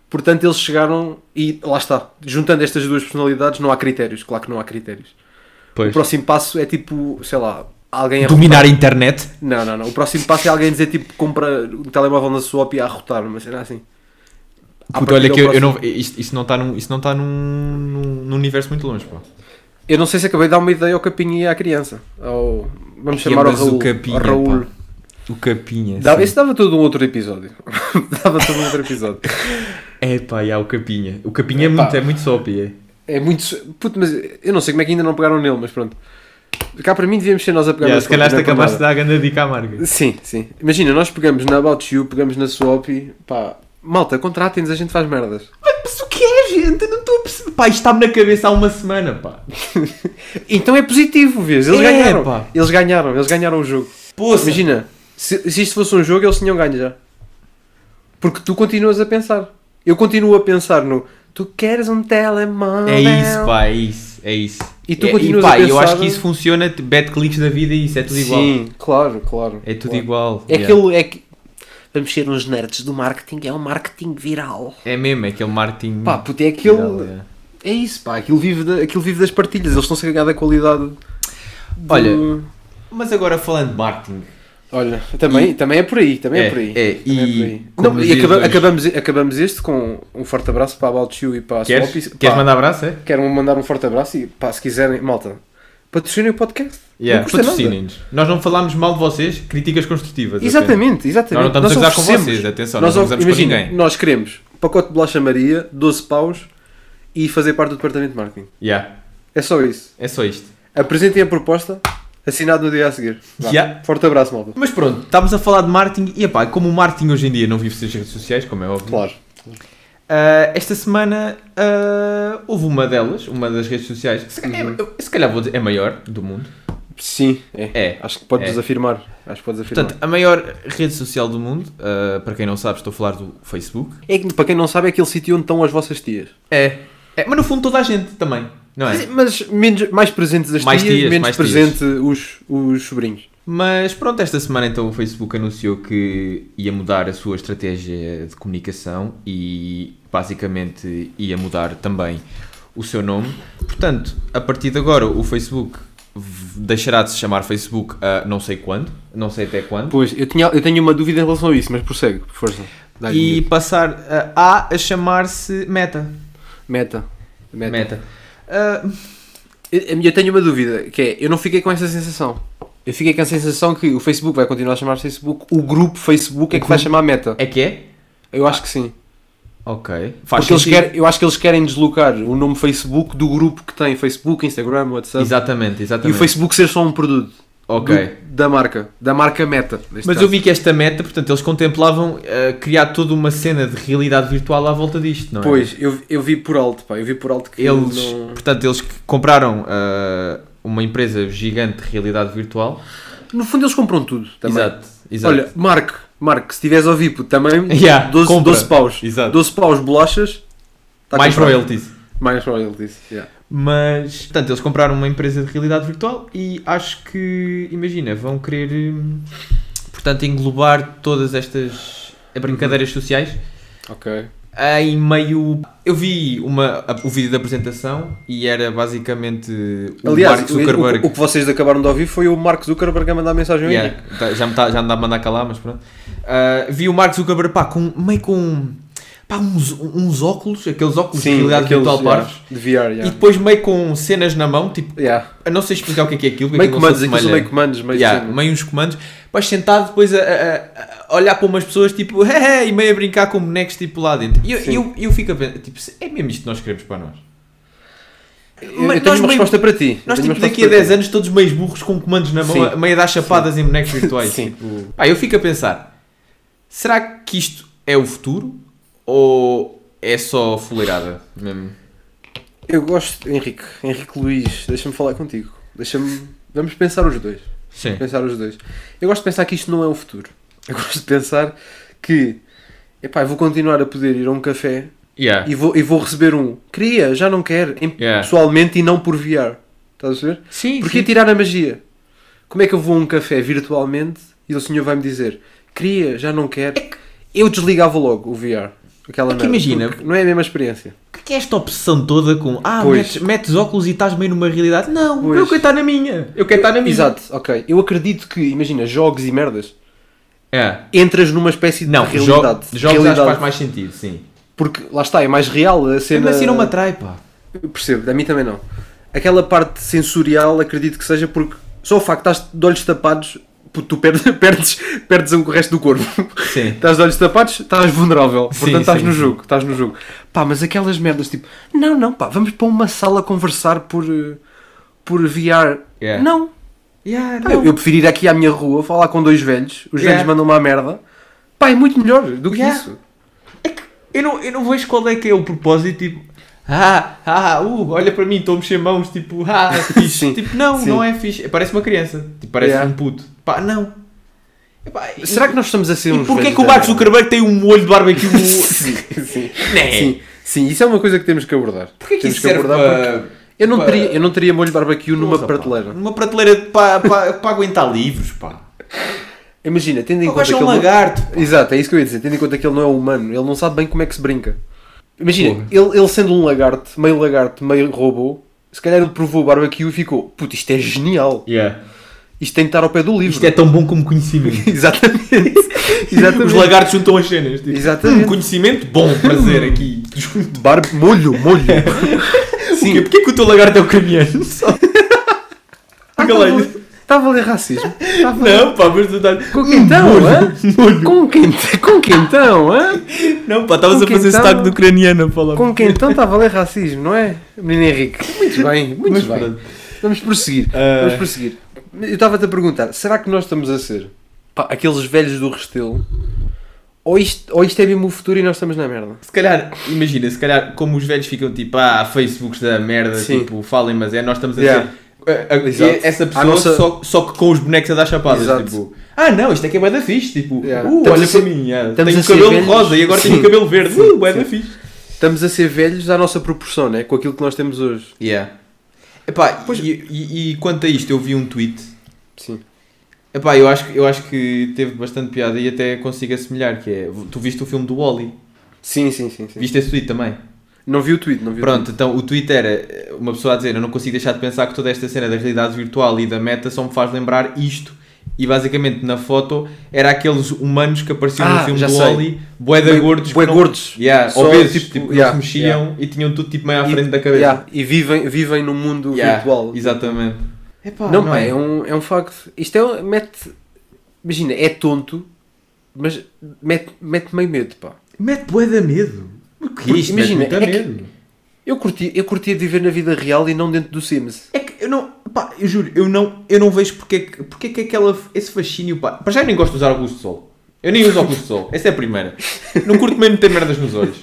F: Portanto, eles chegaram e lá está. Juntando estas duas personalidades, não há critérios. Claro que não há critérios. O
E: Pois.
F: próximo passo é tipo, sei lá, alguém a
E: Dominar a internet?
F: Não, não, não. O próximo passo é alguém dizer tipo, compra um telemóvel na swap e a rotar, mas será assim. À
E: Puta,
F: partida,
E: olha
F: o
E: que eu, eu
F: próximo-
E: não... Isto, isto não está num, isto não tá num, num, num universo muito longe, pá.
F: Eu não sei se acabei de dar uma ideia ao Capinha e à criança. Ao- Vamos
E: Ia,
F: chamar ao
E: mas
F: Raul.
E: o Capinha,
F: ao Raul.
E: pá. O Capinha.
F: Dava,
E: sim.
F: esse dava todo um outro episódio. dava todo um outro episódio.
E: É pá, e há o Capinha. O Capinha é muito, é muito sopi, é.
F: É muito. su- Puto, mas eu não sei como é que ainda não pegaram nele, mas pronto. Cá para mim devíamos ser nós a pegar
E: Yeah,
F: na
E: se calhar
F: Swap,
E: esta
F: não é por
E: acabaste de
F: nada.
E: dar a grande dica à marca.
F: Sim, sim. Imagina, nós pegamos na About You, pegamos na Swap e pá. Malta, contratem-nos, a gente faz merdas.
E: Mas o que é, gente? Eu não estou a perceber. Pá, isto está-me na cabeça há uma semana, pá.
F: Então é positivo, vês? Eles
E: É,
F: ganharam.
E: pá.
F: Eles ganharam, eles ganharam o jogo. Imagina, se, se isto fosse um jogo, eles tinham ganho já. Porque tu continuas a pensar. Eu continuo a pensar no Tu queres um telemóvel.
E: É isso, pá, é isso, é isso.
F: E tu
E: é,
F: continuas
E: pá,
F: a
E: eu
F: pensar-
E: acho que isso funciona, t- bad cliques da vida e isso é tudo igual.
F: Sim, claro, claro.
E: É tudo
F: claro.
E: igual.
F: É
E: yeah.
F: aquele. É que...
G: Vamos ser uns nerds do marketing, é um marketing viral.
E: É mesmo, é aquele marketing.
F: Pá, puto, é aquele.
E: viral, yeah.
F: É isso, pá. Aquilo vive, da- aquilo vive das partilhas. Eles estão-se a cagar da qualidade. do-
E: Olha, Mas agora falando de marketing.
F: Olha, também, também é por aí, também é,
E: É,
F: por aí.
E: é,
F: também
E: e
F: por aí.
E: como
F: Não, e
E: dizia
F: acaba-
E: dois-
F: acabamos, acabamos este com um forte abraço para a About You e para a
E: Queres,
F: Swap. e- pá,
E: queres mandar abraço, é?
F: Quero mandar um forte abraço e pá, se quiserem, malta, patrocinem o podcast.
E: Yeah,
F: não custa nada.
E: patrocinem-nos. Nós não falámos mal de vocês, críticas construtivas. apenas.
F: Exatamente, exatamente.
E: Nós não estamos a gozar com
F: oferecemos.
E: vocês, atenção, nós não
F: of-
E: gozamos com
F: imagina,
E: ninguém.
F: Nós queremos pacote de bolacha Maria, 12 paus e fazer parte do departamento de marketing.
E: Yeah,
F: É só isso.
E: é só isto.
F: Apresentem a proposta, assinado no dia a seguir. Vá.
E: Yeah.
F: Forte abraço, malta.
E: Mas pronto, estávamos a falar de marketing e epá, como o marketing hoje em dia não vive sem as redes sociais, como é óbvio,
F: Claro.
E: ah, esta semana ah, houve uma delas, uma das redes sociais, que se calhar, é- eu- se calhar vou dizer, é a maior do mundo.
F: Sim, é.
E: É.
F: Acho que podes
E: É.
F: afirmar. Acho que podes afirmar.
E: Portanto, a maior rede social do mundo, ah, para quem não sabe, estou a falar do Facebook.
F: é que, para quem não sabe, é aquele sítio onde estão as vossas tias.
E: É, é mas no fundo toda a gente também, não é?
F: Mas menos, mais presentes as
E: Mais
F: tias,
E: tias,
F: menos
E: mais tias.
F: presente os, os sobrinhos.
E: Mas pronto, esta semana então o Facebook anunciou que ia mudar a sua estratégia de comunicação e basicamente ia mudar também o seu nome. Portanto, a partir de agora o Facebook v- deixará de se chamar Facebook a não sei quando, não sei até quando.
F: Pois, eu, tinha, eu tenho uma dúvida em relação a isso, mas prossegue, por força. Dá-lhe um
E: e
F: minuto.
E: passar a, a, a chamar-se Meta.
F: Meta. Meta.
E: Meta. Ah,
F: Eu, eu tenho uma dúvida, que é, eu não fiquei com essa sensação. Eu fiquei com a sensação que o Facebook vai continuar a chamar Facebook, o grupo Facebook é que vai chamar Meta.
E: É que é?
F: Eu acho que sim.
E: Ok.
F: Porque eles
E: sentido.
F: querem, eu acho que eles querem deslocar o nome Facebook do grupo que tem Facebook, Instagram, WhatsApp.
E: Exatamente,
F: E o
E: exatamente.
F: Facebook ser só um produto.
E: Ok.
F: do- da marca. Da marca Meta. neste
E: Mas
F: caso.
E: eu vi que esta meta, portanto, eles contemplavam eh, criar toda uma cena de realidade virtual à volta disto, não é?
F: Pois, eu, eu vi por alto, pá. Eu vi por alto que
E: Eles,
F: não...
E: portanto, eles que compraram eh, uma empresa gigante de realidade virtual.
F: No fundo eles compram tudo também.
E: Exato, exato.
F: Olha, Marco, Marco, se tiveres a ouvir, puto, também
E: Yeah,
F: 12,
E: compra.
F: 12 paus.
E: Exato.
F: 12 paus bolachas. tá
E: mais
F: comprado.
E: royalties.
F: Mais royalties, yeah.
E: Mas, portanto, eles compraram uma empresa de realidade virtual e acho que, imagina, vão querer, hum, portanto, englobar todas estas eh, brincadeiras
F: Uhum.
E: sociais
F: Ok.
E: em meio. Eu vi uma, a- o vídeo da apresentação e era basicamente o
F: Aliás,
E: Mark
F: o,
E: Zuckerberg.
F: o- o que vocês acabaram de ouvir foi o Mark Zuckerberg a mandar mensagem a mim.
E: Yeah, tá- já, me tá, já me dá a mandar calar, mas pronto. Ah, vi o Mark Zuckerberg, pá, com, meio com pá, uns, uns óculos, aqueles óculos de realidade
F: aqueles,
E: virtual
F: yeah,
E: parvos,
F: De VR, yeah.
E: e depois meio com cenas na mão, tipo,
F: Yeah.
E: eu não sei explicar o que é que é aquilo. que
F: Meio
E: aquilo não se
F: comandos, aquilo são
E: assemelha.
F: meio comandos, meio
E: Yeah,
F: cena.
E: meio uns comandos. Depois sentado, depois a, a- a olhar para umas pessoas, tipo, "Hey, hey", e meio a brincar com bonecos, tipo, lá dentro. E eu,
F: Sim.
E: eu, eu fico a ver, tipo, se- é mesmo isto que nós queremos para nós.
F: Eu, eu
E: Mas
F: tenho
E: nós
F: uma
E: meio-
F: resposta para ti. Eu
E: Nós,
F: tenho uma
E: tipo, daqui a
F: resposta para
E: 10 anos, todos meios burros com comandos na mão,
F: Sim.
E: a meio a dar chapadas em bonecos virtuais.
F: Sim.
E: tipo. Pá, eu fico a pensar, será que isto é o futuro? Ou é só fuleirada mesmo?
F: ti. Eu gosto, Henrique, Henrique Luís, deixa-me falar contigo. Deixa-me... Vamos pensar os dois.
E: Sim.
F: pensar os dois. Eu gosto de pensar que isto não é o futuro. Eu gosto de pensar que epá, eu vou continuar a poder ir a um café
E: Yeah.
F: e vou, e vou receber um queria, já não quero, em-
E: É. Yeah.
F: pessoalmente e não por VR. Estás a ver?
E: Sim,
F: Porque tirar a magia. Como é que eu vou a um café virtualmente e o senhor vai-me dizer queria, já não quero? Eu desligava logo o VR. Aquela
E: É que
F: merda,
E: imagina-
F: porque Não é a mesma experiência.
E: O que é esta obsessão toda com ah,
F: Pois.
E: metes, metes óculos e estás meio numa realidade? Não,
F: Pois.
E: eu quero estar na minha. Eu quero estar na minha.
F: Exato, ok. Eu acredito que, imagina, jogos e merdas,
E: É.
F: entras numa espécie de
E: Não,
F: realidade.
E: jo- jogos acho que
F: Realidade.
E: faz mais sentido, sim.
F: Porque lá está, é mais real a cena.
E: Mas assim não me atrai, pá.
F: Eu Percebo, a mim também não. Aquela parte sensorial acredito que seja porque só o facto de estás de olhos tapados, puto, tu perdes, perdes, perdes um o resto do corpo.
E: Sim.
F: Estás de olhos tapados, estás vulnerável.
E: Sim,
F: Portanto, estás
E: sim,
F: no
E: sim.
F: jogo, estás no jogo. Pá, mas aquelas merdas tipo, não, não, pá, vamos para uma sala conversar por eh, por VR.
E: Yeah.
F: Não. Pá, Ah, eu- Eu prefiro ir aqui à minha rua, falar com dois velhos, os
E: Yeah.
F: velhos mandam uma merda. Pá, é muito melhor do que
E: Yeah.
F: isso.
E: É Eu não, eu não vejo qual é que é o propósito, tipo, ah, ah, uh, olha para mim, estou a mexer mãos, tipo, ah, fixe.
F: Sim,
E: Tipo, não,
F: sim.
E: não é fixe. Parece uma criança, tipo, parece
F: Yeah.
E: um puto. Pá, não. Epá, e-
F: Será que nós estamos a ser
E: e
F: uns
E: porquê
F: velhos
E: que o
F: da
E: Mark
F: merda?
E: Zuckerberg tem um olho de barbecue?
F: sim, sim. sim, sim, isso é uma coisa que temos que abordar.
E: né? Porquê que
F: temos
E: isso serve
F: porque
E: para...
F: eu não,
E: para-
F: teria, eu não teria molho de barbecue numa
E: Nossa, pá.
F: prateleira.
E: Numa prateleira para, para, para aguentar livros, pá.
F: Imagina, tendo
E: O
F: em conta
E: gajo
F: que
E: é um
F: ele não-
E: lagarto. pá.
F: Exato, é isso que eu ia dizer, tendo em conta que ele não é humano, ele não sabe bem como é que se brinca. Imagina, ele, ele sendo um lagarto, meio lagarto, meio robô, se calhar ele provou o barbecue e ficou, puto, isto é genial. Isto tem que estar ao pé do livro.
E: Isto é tão bom como conhecimento.
F: Exatamente. Exatamente.
E: Os lagartos juntam as cenas. Tipo,
F: Exatamente.
E: hum, conhecimento bom, prazer aqui. Junto.
F: Bar... Molho, molho.
E: O quê? Porquê que o teu lagarto é ucraniano? Só- Galera.
F: Estava a ler racismo. Estava a ler-
E: é Não, pá, mas tu estás.
F: Com quentão, hã?
E: um
F: Com, quente, com quentão, hã?
E: Não, pá, estavas a
F: Com quem
E: fazer
F: tá?
E: sotaque do ucraniano a falar.
F: Com quentão está a valer racismo, não é? Menino Henrique. Muito bem, muito
E: Mas
F: bem.
E: pronto.
F: Vamos prosseguir,
E: Ah.
F: vamos prosseguir. Eu estava-te a perguntar, será que nós estamos a ser pá, aqueles velhos do Restelo? Ou isto, ou isto é mesmo o futuro e nós estamos na merda?
E: Se calhar, imagina, se calhar, como os velhos ficam tipo, ah, Facebooks da merda,
F: Sim.
E: tipo, falem, mas é, nós estamos a
F: Yeah.
E: ser. a- a-
F: Exato.
E: essa pessoa
F: A nossa-
E: só, só que com os bonecos a dar chapadas,
F: Exato.
E: tipo, ah, não, isto aqui é bué da fixe, tipo,
F: Yeah.
E: uh,
F: Estamos
E: olha
F: a ser-
E: para mim, yeah.
F: estamos
E: tenho
F: a ser
E: cabelo
F: velhos.
E: rosa e agora tenho
F: Sim.
E: cabelo verde,
F: Sim,
E: uh, bué
F: sim.
E: da fixe.
F: Estamos a ser velhos à nossa proporção, né? Com aquilo que nós temos hoje.
E: Yeah. Epá, e, e- e quanto a isto, eu vi um tweet,
F: Sim.
E: epá, eu acho, que- eu acho que teve bastante piada e até consigo assemelhar, que é, tu viste o filme do Wally,
F: Sim, sim, sim. sim.
E: viste esse tweet também?
F: Não vi o tweet, não vi o
E: Pronto, então o tweet era eh, uma pessoa a dizer: Eu não consigo deixar de pensar que toda esta cena da realidade virtual e da meta só me faz lembrar isto. E basicamente na foto era aqueles humanos que apareciam
F: Ah,
E: no filme
F: já
E: do
F: sei.
E: Oli, bué da
F: Bué-
E: gordos,
F: bué
E: que não-
F: gordos.
E: yeah,
F: Só,
E: obesos,
F: tipo,
E: tipo, não
F: yeah,
E: se mexiam e tinham tudo tipo meio à frente da cabeça.
F: Yeah, e vivem, vivem no mundo
E: Yeah,
F: virtual.
E: Exatamente. Ah,
F: não, pá, é um, é um facto. Isto é. Mete. Imagina, é tonto, mas mete, mete meio medo, pá.
E: Mete bué da medo. O que é isto?
F: Imagina,
E: Mete
F: é
E: muito
F: que-
E: medo.
F: Eu curtia, eu curtia de viver na vida real e não dentro do Sims.
E: É que eu não, pá, eu juro, eu não, eu não vejo porque é que, porque é que aquela, esse fascínio, pá. Para já eu nem gosto de usar óculos de sol. Eu nem uso óculos de sol, essa é a primeira. Não curto mesmo ter merdas nos olhos.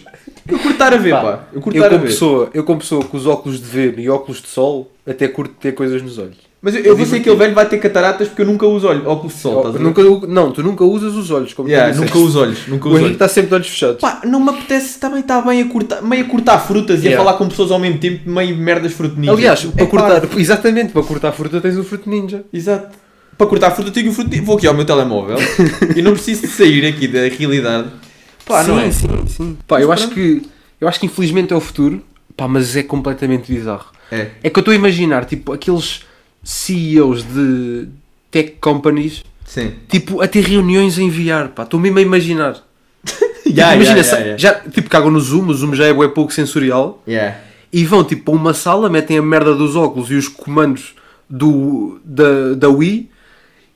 E: Eu curto estar a ver, pá. Eu curto
F: Eu
E: estar a
F: como,
E: ver.
F: pessoa, eu como pessoa com os óculos de ver e óculos de sol, até curto ter coisas nos olhos.
E: Mas eu, eu vou ser aquele velho que vai ter cataratas porque eu nunca uso olho, óculos de sol, estás a ver?
F: nunca, não, tu nunca usas os olhos, como
E: Yeah,
F: tu disseste.
E: nunca uso olhos, nunca uso
F: O Henrique
E: olhos.
F: está sempre de olhos fechados.
E: Pá, não me apetece também estar bem a cortar, meio a cortar frutas e a
F: Yeah.
E: falar com pessoas ao mesmo tempo, meio merdas frutininhas.
F: Aliás, para
E: É
F: cortar,
E: pá,
F: exatamente, para cortar a fruta tens o fruto ninja.
E: Exato. Para cortar a fruta, eu tenho o fruto. de- Vou aqui ao meu telemóvel e não preciso de sair aqui da realidade. Pá, não é?
F: sim, sim. Pá, eu acho que eu acho que infelizmente é o futuro, pá, mas é completamente bizarro.
E: É.
F: É que eu estou a imaginar, tipo, aqueles CEOs de tech companies,
E: Sim.
F: tipo, a ter reuniões em VR, pá, estou mesmo a imaginar.
E: Yeah,
F: Imagina,
E: yeah,
F: sa-
E: yeah,
F: já, tipo, cagam no Zoom, o Zoom já é bué pouco sensorial.
E: yeah.
F: e vão tipo para uma sala, metem a merda dos óculos e os comandos do, da, da Wii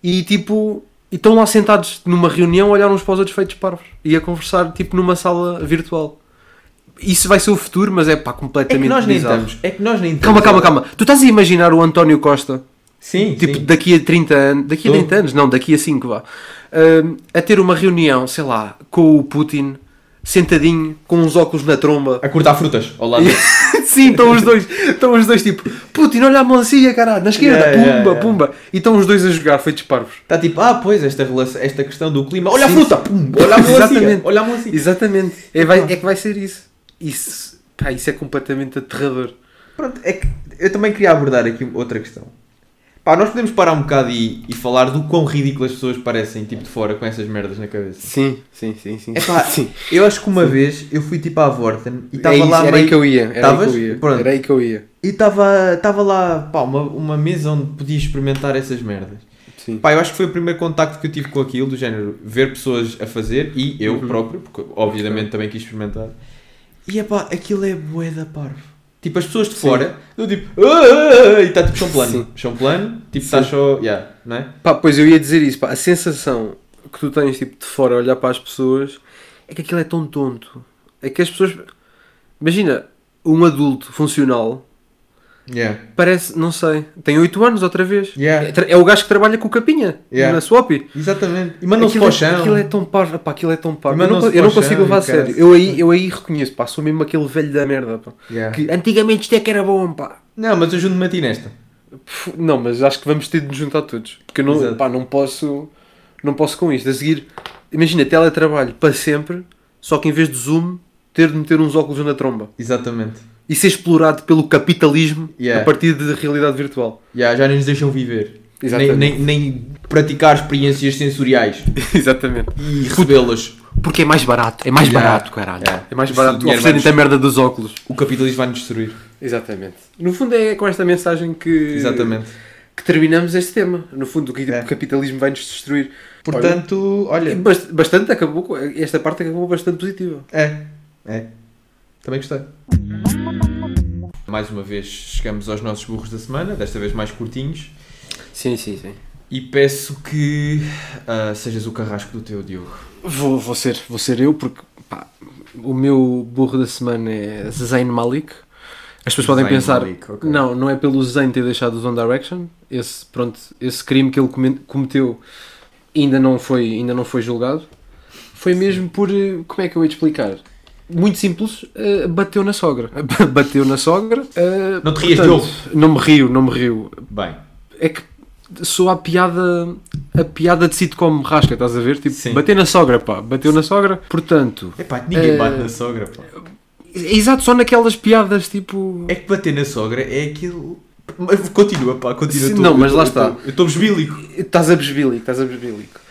F: e tipo e estão lá sentados numa reunião a olhar uns para os outros feitos parvos e a conversar tipo numa sala virtual. Isso vai ser o futuro, mas é pá,
E: É que
F: completamente
E: nós nem
F: bizarro.
E: estamos. É que nós nem
F: Calma,
E: estamos.
F: calma, calma. Tu estás a imaginar o António Costa,
E: Sim,
F: tipo,
E: sim.
F: daqui a 30 anos, daqui a
E: Tu?
F: 30 anos, não, daqui a 5 vá, hum, a ter uma reunião, sei lá, com o Putin, sentadinho, com uns óculos na tromba,
E: A cortar frutas ao lado.
F: Sim, estão os dois, estão os dois tipo, Putin, olha a mãozinha, caralho, na esquerda,
E: Yeah,
F: pumba,
E: yeah, yeah.
F: pumba. E estão os dois a jogar, feitos parvos.
E: Está tipo, ah, pois, esta, relação, esta questão do clima. Olha a
F: Sim,
E: fruta!
F: sim.
E: Pum, olha a melancia!
F: Exatamente.
E: Olha a melancia!
F: Exatamente. É, vai- é que vai ser isso. Isso, pá, isso é completamente aterrador.
E: Pronto, é que eu também queria abordar aqui outra questão. Pá, nós podemos parar um bocado e, e falar do quão ridículas as pessoas parecem, tipo, de fora, com essas merdas na cabeça.
F: Sim, sim, sim, sim.
E: É pá, eu acho que uma vez eu fui tipo à Vorten e estava
F: é isso,
E: lá
F: era aí
E: meio-
F: que eu ia. Era
E: Estavas?
F: aí que eu ia.
E: Pronto.
F: Era aí que eu ia.
E: E estava lá pá, uma, uma mesa onde podia experimentar essas merdas.
F: Sim.
E: Pá, eu acho que foi o primeiro contacto que eu tive com aquilo, do género ver pessoas a fazer e eu
F: Uhum.
E: próprio, porque obviamente também quis experimentar. E é pá, aquilo é bué da parvo. Tipo, as pessoas de fora, eu tipo, "Ah, ah, ah", e está tipo chão plano.
F: Sim.
E: Chão plano, tipo, está só, yeah, não é?
F: Pá, pois eu ia dizer isso, pá, a sensação que tu tens tipo de fora a olhar para as pessoas é que aquilo é tão tonto. É que as pessoas. Imagina, um adulto funcional
E: Yeah.
F: Parece, não sei. Tem 8 anos outra vez.
E: Yeah.
F: É tra- É, o gajo que trabalha com o Capinha
E: Yeah.
F: na Swap. Aquilo,
E: Exatamente. E mandam-se
F: é-
E: para o chão.
F: aquilo é tão parvo, pá, aquilo é tão parvo. Eu
E: Mandam-se
F: não, co-
E: para
F: eu não
E: o chão
F: consigo levar a
E: e caralho.
F: sério. Eu aí, eu aí reconheço, pá, sou mesmo aquele velho da merda, pá.
E: Yeah.
F: Que antigamente isto é que era bom, pá.
E: Não, mas eu junto-me a ti nesta.
F: Pff, Não, mas acho que vamos ter de nos juntar todos. Porque eu não,
E: Exato.
F: pá, não posso, não posso com isto. A seguir, imagina, teletrabalho para sempre, só que em vez de zoom, ter de meter uns óculos na tromba.
E: Exatamente.
F: E ser explorado pelo capitalismo
E: Yeah.
F: a partir de realidade virtual.
E: Yeah, já nem nos deixam viver. Nem,
F: Exatamente.
E: nem, nem praticar experiências sensoriais
F: Exatamente.
E: e recebê-las.
G: Porque é mais barato, é mais
E: Yeah.
G: barato, caralho.
E: Yeah.
F: É mais
E: Se o
F: barato
E: dinheiro
F: oferecerem
E: vai
F: a merda dos óculos.
E: O capitalismo vai nos destruir.
F: Exatamente. No fundo é com esta mensagem que,
E: Exatamente.
F: que terminamos este tema. No fundo, que
E: É.
F: o capitalismo vai nos destruir.
E: Portanto,
F: Olha, e
E: olha.
F: bast- bastante acabou, com- esta parte acabou bastante positiva.
E: É. É. Também gostei. Mais uma vez chegamos aos nossos burros da semana, desta vez mais curtinhos.
F: Sim, sim, sim.
E: E peço que ah, sejas o carrasco do teu Diogo.
F: Vou, vou, ser, vou ser eu, porque pá, o meu burro da semana é Zayn Malik. As pessoas podem
E: Zayn
F: pensar,
E: Malik, ok.
F: não, não é pelo Zayn ter deixado os One Direction. Esse, pronto, esse crime que ele come- cometeu ainda não foi, ainda não foi julgado. Foi mesmo por, eh, como é que eu ia te explicar? Muito simples, eh, bateu na sogra. bateu na sogra. eh,
E: Não te rias,
F: portanto,
E: Diogo.
F: Não me rio, não me rio
E: Bem,
F: é que sou a piada a piada de sitcom rasca, estás a ver? Tipo,
E: Sim.
F: bater na sogra, pá, bateu na sogra. Portanto,
E: epá, ninguém
F: Eh,
E: bate na sogra, pá.
F: é exato, só naquelas piadas tipo.
E: É que bater na sogra é aquilo. Mas Continua, pá, continua.
F: Sim,
E: tu.
F: não,
E: Eu
F: mas
E: tô-
F: lá
E: eu tô-
F: está.
E: Eu estou besbílico.
F: Estás a besbílico, estás a besbílico.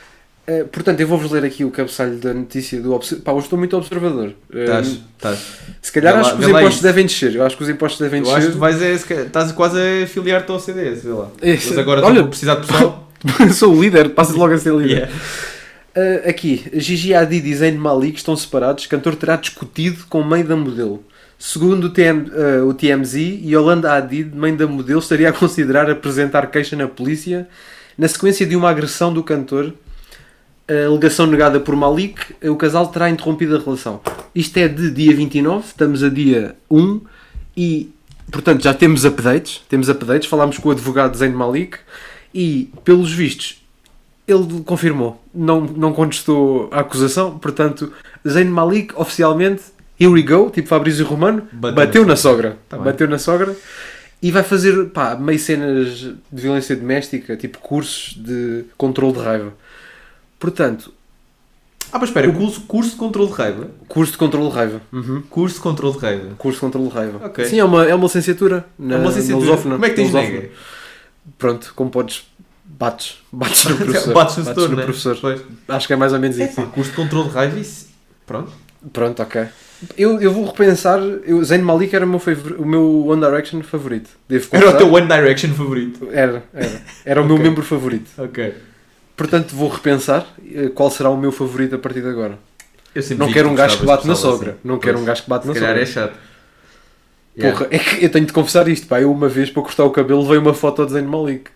F: Eh, portanto, eu vou-vos ler aqui o cabeçalho da notícia do Obs- Pá, hoje estou muito observador. Eh,
E: Estás, estás.
F: se calhar
E: Vê lá-
F: acho que
E: vê
F: os
E: lá
F: impostos
E: isso.
F: devem descer. Eu acho que os impostos devem
E: Eu acho que é,
F: descer.
E: tu vais a, se calhar, estás quase a filiar-te ao CDS, vê lá.
F: É,
E: Mas agora
F: olha-
E: estou a precisar de pessoal.
F: Sou o líder, passas logo a ser líder.
E: Yeah.
F: Ah, aqui, Gigi Hadid e Zayn Malik estão separados. Cantor terá discutido com mãe da modelo. Segundo o, TM, ah, o TMZ, Yolanda Hadid, mãe da modelo, estaria a considerar apresentar queixa na polícia na sequência de uma agressão do cantor. A alegação negada por Malik, o casal terá interrompido a relação. Isto é de dia 29, estamos a dia 1 e, portanto, já temos updates. Temos updates, falámos com o advogado Zayn Malik e, pelos vistos, ele confirmou, não, não contestou a acusação, portanto, Zayn Malik oficialmente, here we go, tipo Fabrício Romano,
E: Bateu
F: bateu,
E: na
F: na sogra.
E: Tá bem.
F: bateu na sogra e vai fazer, pá, meio cenas de violência doméstica, tipo cursos de controle de raiva. Portanto,
E: Ah, mas espera, curso, curso de controle de raiva.
F: curso de controle de raiva.
E: Curso de controle de raiva.
F: Curso de controle de raiva.
E: Hum. Ok.
F: Sim, é uma, é uma licenciatura. Na,
E: É uma licenciatura.
F: na lusófona.
E: Como é que tens
F: Na lusófona.
E: nega?
F: Pronto, como podes, bates. Bates no professor.
E: Bates no setor, né?
F: professor.
E: Pois.
F: Acho que é mais ou menos isso.
E: Curso de controle de raiva, isso. Pronto.
F: Pronto, ok. Eu, eu vou repensar. Eu, Zayn Malik era o meu, favor- o meu One Direction favorito. Devo
E: Era o
F: confessar.
E: teu One Direction favorito.
F: Era, era. Era o meu membro favorito.
E: Ok.
F: Portanto, vou repensar eh, qual será o meu favorito a partir de agora.
E: Eu sempre
F: Não
E: vi
F: quero um
E: tu
F: gajo que
E: gostavas
F: bate
E: de
F: na
E: pessoas
F: sogra.
E: assim.
F: Não quero
E: Pois.
F: um gajo que bate na
E: Se calhar
F: sogra.
E: é chato. Yeah.
F: Porra, é que eu tenho de confessar isto, pá. Eu uma vez para cortar o cabelo levei uma foto de Zayn Malik.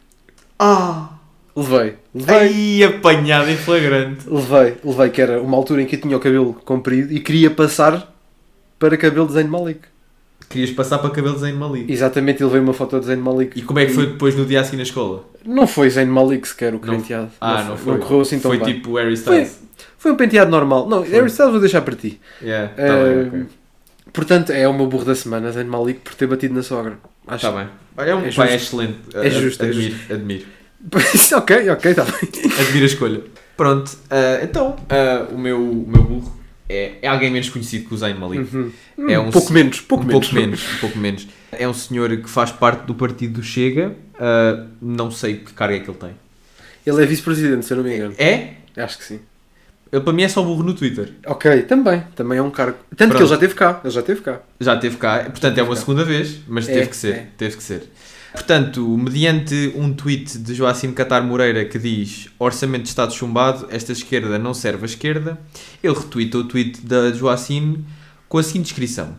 E: Ah!
F: Levei, levei,
E: Ai, apanhado em flagrante.
F: levei, levei, que era uma altura em que eu tinha o cabelo comprido e queria passar para cabelo de Zayn Malik.
E: Querias passar para cabelos em Mali.
F: Exatamente, e levei uma foto de Zayn Malik.
E: E como é que foi depois no dia assim na escola?
F: Não foi Zayn Malik sequer o penteado.
E: Ah, não, foi.
F: Não correu assim tão
E: Foi
F: bem.
E: tipo Harry Styles.
F: Foi um penteado normal. Não, Harry Styles vou deixar para ti.
E: Yeah, tá
F: Eh,
E: bem, ok.
F: Portanto, é o meu burro da semana, Zayn Malik, por ter batido na sogra. Acho
E: Tá bem. Olha, é um
F: é
E: pai
F: justo.
E: excelente.
F: É justo, é
E: admiro, admiro.
F: ok, ok, está bem.
E: Admiro a escolha. Pronto, ah, então, ah, o, meu, o meu burro é, é alguém menos conhecido que o Zayn Malik. É um
F: Uhum. Hum, pouco
E: se-
F: menos, pouco
E: um
F: menos.
E: pouco menos, um pouco menos. É um senhor que faz parte do partido do Chega, ah, não sei que carga é que ele tem.
F: Ele é vice-presidente, se eu não me engano.
E: É?
F: Acho que sim.
E: Ele para mim é só burro no Twitter.
F: Ok, também, também é um cargo. Tanto
E: Pronto.
F: que ele já esteve cá, ele já esteve cá.
E: Já teve cá, portanto é uma segunda vez, mas
F: É,
E: teve que ser,
F: é.
E: teve que ser. Portanto, mediante um tweet de Joacim Catar Moreira que diz Orçamento de Estado chumbado, esta esquerda não serve à esquerda, ele retuita o tweet da Joacim com a seguinte descrição.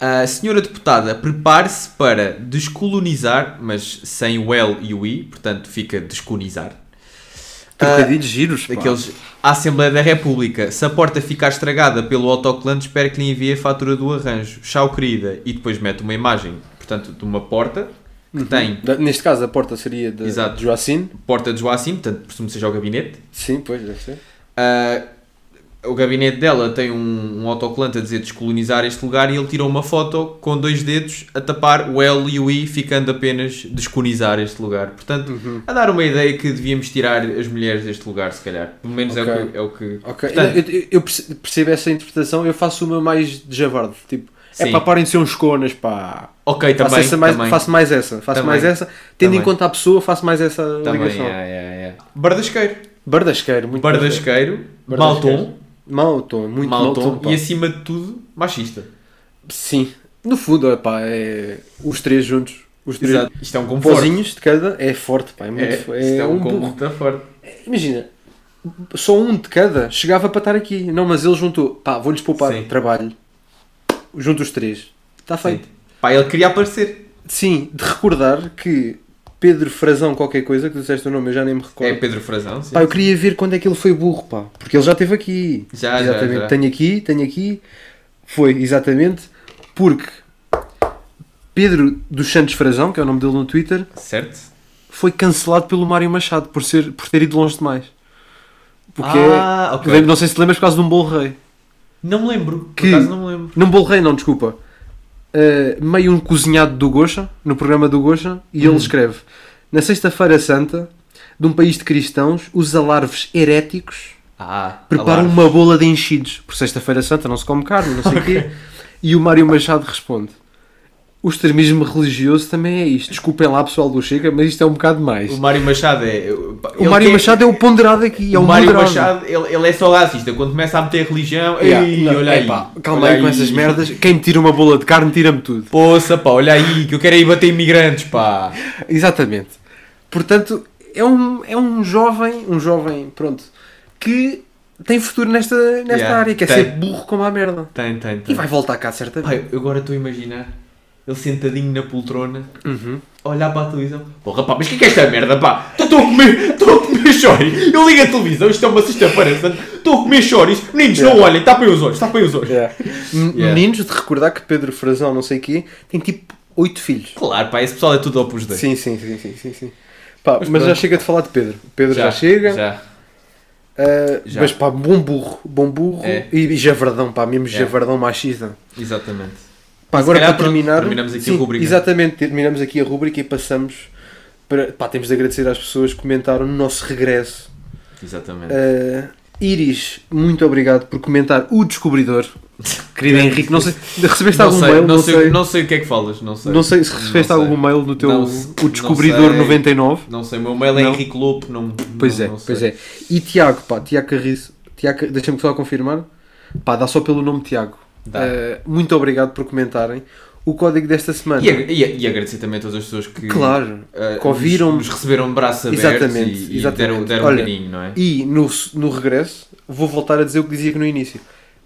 E: A senhora deputada, prepare-se para descolonizar, mas sem o L e o I, portanto fica descolonizar,
F: Trocadilhos giros, pá.
E: Ah, daqueles à Assembleia da República. Se a porta ficar estragada pelo autocolante, espero que lhe envie a fatura do arranjo. Chau, querida. E depois mete uma imagem, portanto, de uma porta que
F: Uhum.
E: tem
F: Da- Neste caso, a porta seria de,
E: Exato.
F: de Joacim.
E: porta de Joacim, portanto, presumo que seja o gabinete.
F: Sim, pois, deve ser.
E: Ah, o gabinete dela tem um, um autocolante a dizer descolonizar este lugar e ele tirou uma foto com dois dedos a tapar o L e o I, ficando apenas descolonizar este lugar. Portanto,
F: Uhum.
E: a dar uma ideia que devíamos tirar as mulheres deste lugar, se calhar. Pelo menos é o
F: Ok.
E: que. É o que
F: Ok,
E: Portanto,
F: eu, eu- eu perce- percebo essa interpretação, eu faço uma mais de javarde. Tipo,
E: Sim.
F: é para parem de ser uns conas, pá.
E: Ok, também.
F: faço, essa mais,
E: também.
F: faço mais essa, faço
E: Também.
F: mais essa. Tendo
E: Também.
F: em conta a pessoa, faço mais essa
E: também
F: ligação.
E: é, é, é. Bardasqueiro.
F: Bardasqueiro, muito
E: Bardasqueiro,
F: Bardasqueiro.
E: maltom,
F: Mau tom, muito mau tom.
E: maltom
F: pá.
E: e acima de tudo, machista.
F: Sim, no fundo, é pá, é os três juntos. Os três
E: Exato. Isto é um conforto.
F: pozinhos de cada é forte, pá, é muito
E: É,
F: fo- é
E: isto é um,
F: um
E: combo
F: burro.
E: muito forte.
F: Imagina, só um de cada chegava para estar aqui. Não, mas ele juntou, pá, vou-lhes poupar
E: Sim.
F: trabalho. Junto os três. Está feito.
E: Sim. Pá, ele queria aparecer.
F: Sim. de recordar que Pedro Frazão qualquer coisa, que tu disseste o nome, eu já nem me recordo.
E: É Pedro Frazão, sim.
F: Pá, eu queria ver quando é que ele foi burro, pá. Porque ele já esteve aqui.
E: Já, já,
F: exatamente.
E: já.
F: Tenho aqui, tenho aqui. Foi, exatamente. Porque Pedro dos Santos Frazão, que é o nome dele no Twitter,
E: Certo?
F: foi cancelado pelo Mário Machado por, ser, por ter ido longe demais. Porque
E: Ah, ok.
F: lembro- não sei se te lembras por causa de um bolo rei.
E: Não me lembro. Por
F: Que-
E: acaso não me lembro.
F: Não bolo rei, não, desculpa. Uh, meio um cozinhado do Gocha, no programa do Gocha, e
E: Hum.
F: ele escreve: Na Sexta-feira Santa, de um país de cristãos, os alarves heréticos
E: Ah,
F: preparam
E: alarme.
F: uma bola de enchidos. Por Sexta-feira Santa não se come carne, não sei o quê. E o Mário Machado responde: O extremismo religioso também é isto. Desculpem lá, pessoal do Chega, mas isto é um bocado mais.
E: O Mário Machado é.
F: O Mário Machado é o ponderado aqui, é o,
E: o Mário
F: moderado.
E: Machado, ele, ele é só racista. Quando começa a meter religião.
F: Yeah,
E: ei,
F: não,
E: olha aí.
F: epá, calma
E: olha
F: aí com essas merdas. Quem me tira uma bola de carne, tira-me tudo.
E: Poça, pá, olha aí, que eu quero aí bater imigrantes, pá.
F: Exatamente. Portanto, é um, é um jovem, um jovem, pronto, que tem futuro nesta, nesta
E: Yeah,
F: área, quer
E: tem.
F: ser burro como a merda.
E: Tem, tem,
F: E
E: tem.
F: vai voltar cá certa vez.
E: Pai, eu agora estou a imaginar ele sentadinho na poltrona, olhar para a televisão. Uhum. Porra, pá, mas o que é que é esta merda, pá? Estou a comer, estou a comer choris. Eu ligo a televisão, isto é uma sexta-feira, santa. estou a comer choris. Meninos, não olhem, tapem os olhos, tapem os olhos.
F: M-
E: Yeah.
F: Meninos, de recordar que Pedro Frazão, não sei o quê, tem tipo oito filhos.
E: Claro, pá, esse pessoal é tudo opus dei.
F: Sim, sim, sim, sim, sim. sim. Pá, mas já
E: pronto.
F: chega de falar de Pedro. Pedro já, chega.
E: Já.
F: ah,
E: Já.
F: Mas pá, bom burro, bom burro
E: É.
F: e, e javardão, pá, mesmo
E: Yeah.
F: javardão machista.
E: Exatamente.
F: Pá,
E: E se
F: agora
E: calhar,
F: para
E: pronto,
F: terminar.
E: terminamos aqui a rubrica.
F: Exatamente, terminamos aqui a rubrica e passamos para. Pá, temos de agradecer às pessoas que comentaram no nosso regresso.
E: Exatamente.
F: Ah, Iris, muito obrigado por comentar o Descobridor. Querido Henrique, não sei. Recebeste
E: É não,
F: algum
E: sei,
F: mail?
E: não, sei, não sei o que é que falas, não sei.
F: Não sei se recebeste
E: Não sei.
F: algum mail no teu
E: Não se-
F: o Descobridor
E: não sei.
F: 99.
E: Não sei, o meu mail é
F: Não.
E: Henrique Lopo, não.
F: Pois
E: não-
F: é,
E: não sei.
F: pois é. E Tiago, pá, Tiago Carriço, Tiago, deixa-me só confirmar. Pá, dá só pelo nome Tiago.
E: Dá.
F: Eh, muito obrigado por comentarem o código desta semana.
E: E, é ag- e, e agradecer também a todas as pessoas que.
F: Claro,
E: eh,
F: que ouviram.
E: Nos, nos receberam de braços abertos
F: Exatamente,
E: e, e
F: exatamente.
E: deram, deram
F: Olha,
E: um carinho, não é?
F: E no, no regresso, vou voltar a dizer o que dizia aqui no início.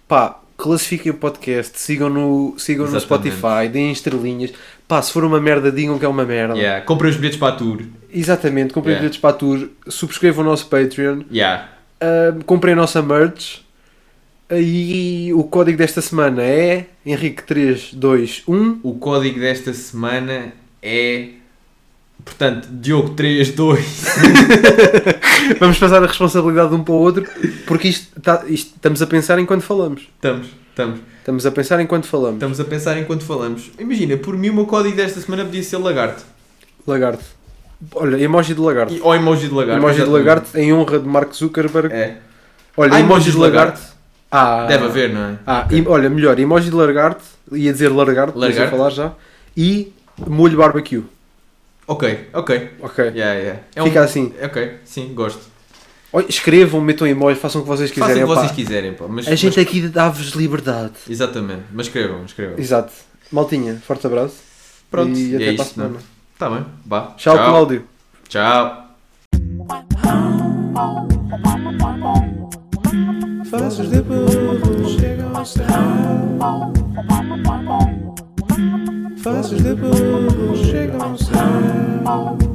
F: Pá, classifiquem o podcast, sigam no, sigam no
E: Exatamente.
F: Spotify, deem estrelinhas. Pá, se for uma merda, digam que é uma merda.
E: Yeah. Comprei os bilhetes para a tour.
F: Exatamente, comprem
E: Yeah.
F: bilhetes para a tour, subscrevam o nosso Patreon.
E: Yeah.
F: Ahm, comprei a nossa merch e o código desta semana é Henrique321.
E: O código desta semana é. Portanto, Diogo 32.
F: Vamos passar a responsabilidade de um para o outro porque isto, tá- isto- estamos a pensar enquanto falamos.
E: Estamos, estamos.
F: Estamos a pensar enquanto falamos.
E: Estamos a pensar enquanto falamos. Imagina, por mim o meu código desta semana podia ser lagarto.
F: Lagarto. Olha, emoji de lagarto.
E: E, ou emoji de lagarto.
F: emoji de
E: exatamente.
F: lagarto em honra de Mark Zuckerberg.
E: É.
F: Olha,
E: Ah,
F: emoji de lagarto. Ah,
E: Deve haver, não é?
F: Ah, e- olha, melhor, emoji de lagarto. Ia dizer lagarto, mas a
E: Lagarto.
F: falar já. E molho barbecue.
E: Ok, ok.
F: Ok.
E: Yeah, yeah. É um-
F: Fica assim.
E: Ok, sim, gosto.
F: Olha, Escrevam, metam emoji, façam o que vocês quiserem.
E: Façam o que
F: opá.
E: vocês quiserem, pá. Mas,
F: A gente aqui dá-vos liberdade.
E: mas- Exatamente, mas escrevam, escrevam.
F: Exato. Maltinha, forte abraço.
E: Pronto,
F: e
E: e
F: até
E: é
F: para a
E: isto, não
F: semana.
E: é? Tá bem, vá.
F: Tchau, Cláudio.
E: Tchau.
H: Faces de burro chegam ao céu. Faces de burro chegam ao céu.